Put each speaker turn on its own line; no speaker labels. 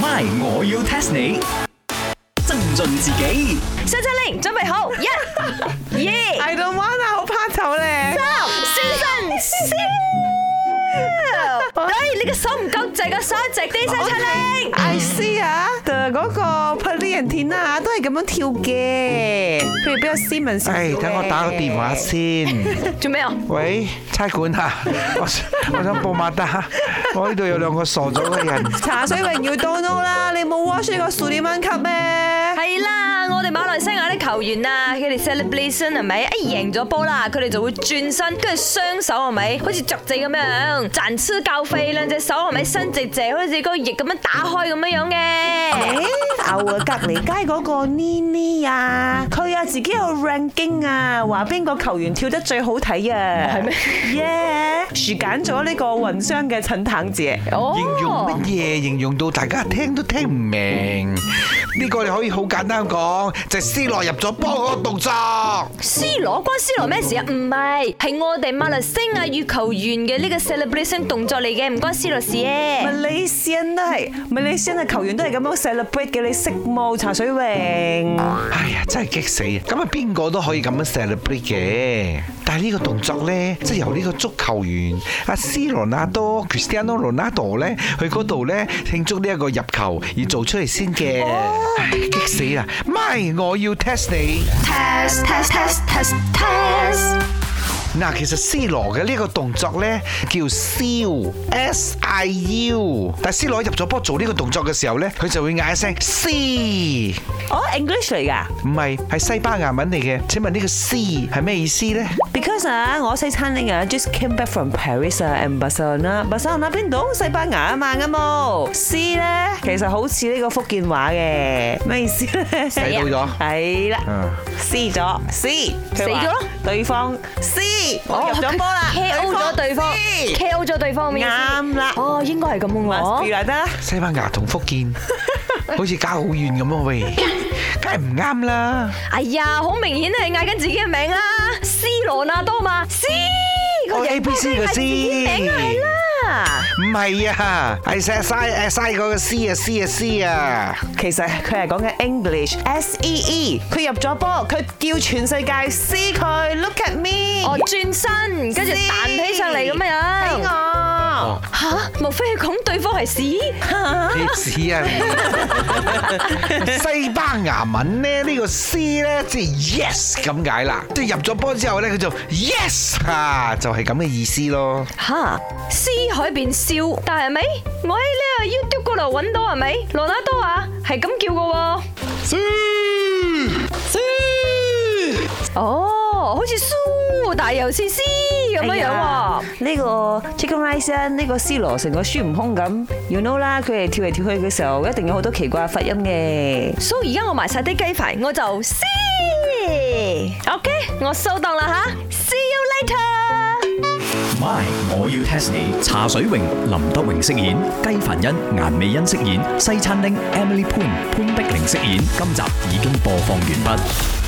My，我要 test 你。增進自己
雙七零，準備好，一、二、
I don't want 啊，好怕醜咧。
三，先生，先。哎，你個手唔夠直啊，手直啲，雙七零。
I see 啊，嗰個 p a l i a n t i n 啊，都係咁樣跳嘅，譬如比較斯文少少
唉，
嘅
哎等我打個電話先。
做咩啊？
喂，差館啊，我想我想報馬達，我呢度有兩個傻咗嘅人。
茶水榮耀 d o n o 啦，你冇 watch 呢個 s u l i m a n Cup 咩？
係啦，我哋馬來西亞啲球員啊，佢哋 celebration 係咪？一贏咗波啦，佢哋就會轉身，跟住雙手係咪？好似雀仔咁樣，展翅高飛，兩隻手係咪伸直直，好似個翼咁樣打開咁樣樣嘅。
誒，牛啊，隔離街嗰個妮妮啊，佢啊自己有 ranking 啊，話邊個球員跳得最好睇啊？係咩？耶！ 樹揀咗呢個雲商嘅陳騰姐。
哦
形容乜嘢？形容到大家聽都聽唔明。呢個你可以好簡單講，就係 C 羅入咗波嗰個動作。
C 羅關 C 羅咩事啊？唔係，係我哋馬來西亞羽球員嘅呢個 celebration 動作嚟嘅，唔關 C 羅事嘅。
Malaysian 都係 Malaysian 嘅球員都係咁樣 celebrate 嘅，你識冇茶水榮？
哎呀，真係激死！咁啊，邊個都可以咁樣 celebrate 嘅。但係呢個動作呢，即係由呢個足球員阿 C 羅納多 Cristiano Ronaldo 呢，去嗰度呢慶祝呢一個入球而做出嚟先嘅。唉，激死啦！咪我要 test 你。
test test test test test
嗱，其實 C 羅嘅呢個動作呢，叫 siu s i u，但 C 羅入咗波做呢個動作嘅時候呢，佢就會嗌一聲 C，
哦，English 嚟㗎
唔係係西班牙文嚟嘅。請問呢個 C 係咩意思呢？
，because 啊，我西餐廳啊，just came back from Paris 啊，and Barcelona，Barcelona 邊度？西班牙啊嘛，啱冇？C 咧其實好似呢個福建話嘅，咩意思咧？死
睇到咗
係啦
嗯
，C 咗，C
死咗咯，
對方 C，我入咗波啦
，K.O. 咗對方
C
，K.O. 咗對方咩意思
啱啦
哦，應該係咁嘅
，must be
喎。
啦得啦。
西班牙同福建好似隔好遠咁啊喂，梗係唔啱啦。
哎呀，好明顯係嗌緊自己嘅名啦，C 羅納多嘛，C 個
哦
人
A B C
都係嗌
嘅
自
C，
己名啊係啦。
唔係啊，係晒晒晒嗰個 C 啊 C 啊 C 啊。
其實佢係講緊 English S E E，佢入咗波，佢叫全世界 see 佢，look at me，
哦，轉身跟住彈起上嚟咁樣
睇
樣。
我，
嚇，莫非係講對方係屎？
貼紙啊！西班牙文咧呢個 C 咧即係 yes 咁解啦，即係入咗波之後咧佢就 yes 啊，就係咁嘅意思咯。
吓，詩海邊笑，但係咪？我喺呢個 YouTube 嗰度揾到係咪？羅納多啊，係咁叫嘅喎。哦，好似蘇，但係又似詩咁樣樣喎。
呢個 Chicken Rice 啊呢個 C 羅成個孫悟空咁，you know 啦，佢哋跳嚟跳去嘅時候，一定有好多奇怪嘅發音嘅。
蘇，而家我埋晒啲雞排，我就詩。OK，我收檔啦吓，See you later。
，My，我要 test 你。茶水榮、林德榮飾演，雞凡欣、顏美欣飾演，西餐廳 Emily Poon 潘碧玲飾演。今集已經播放完畢。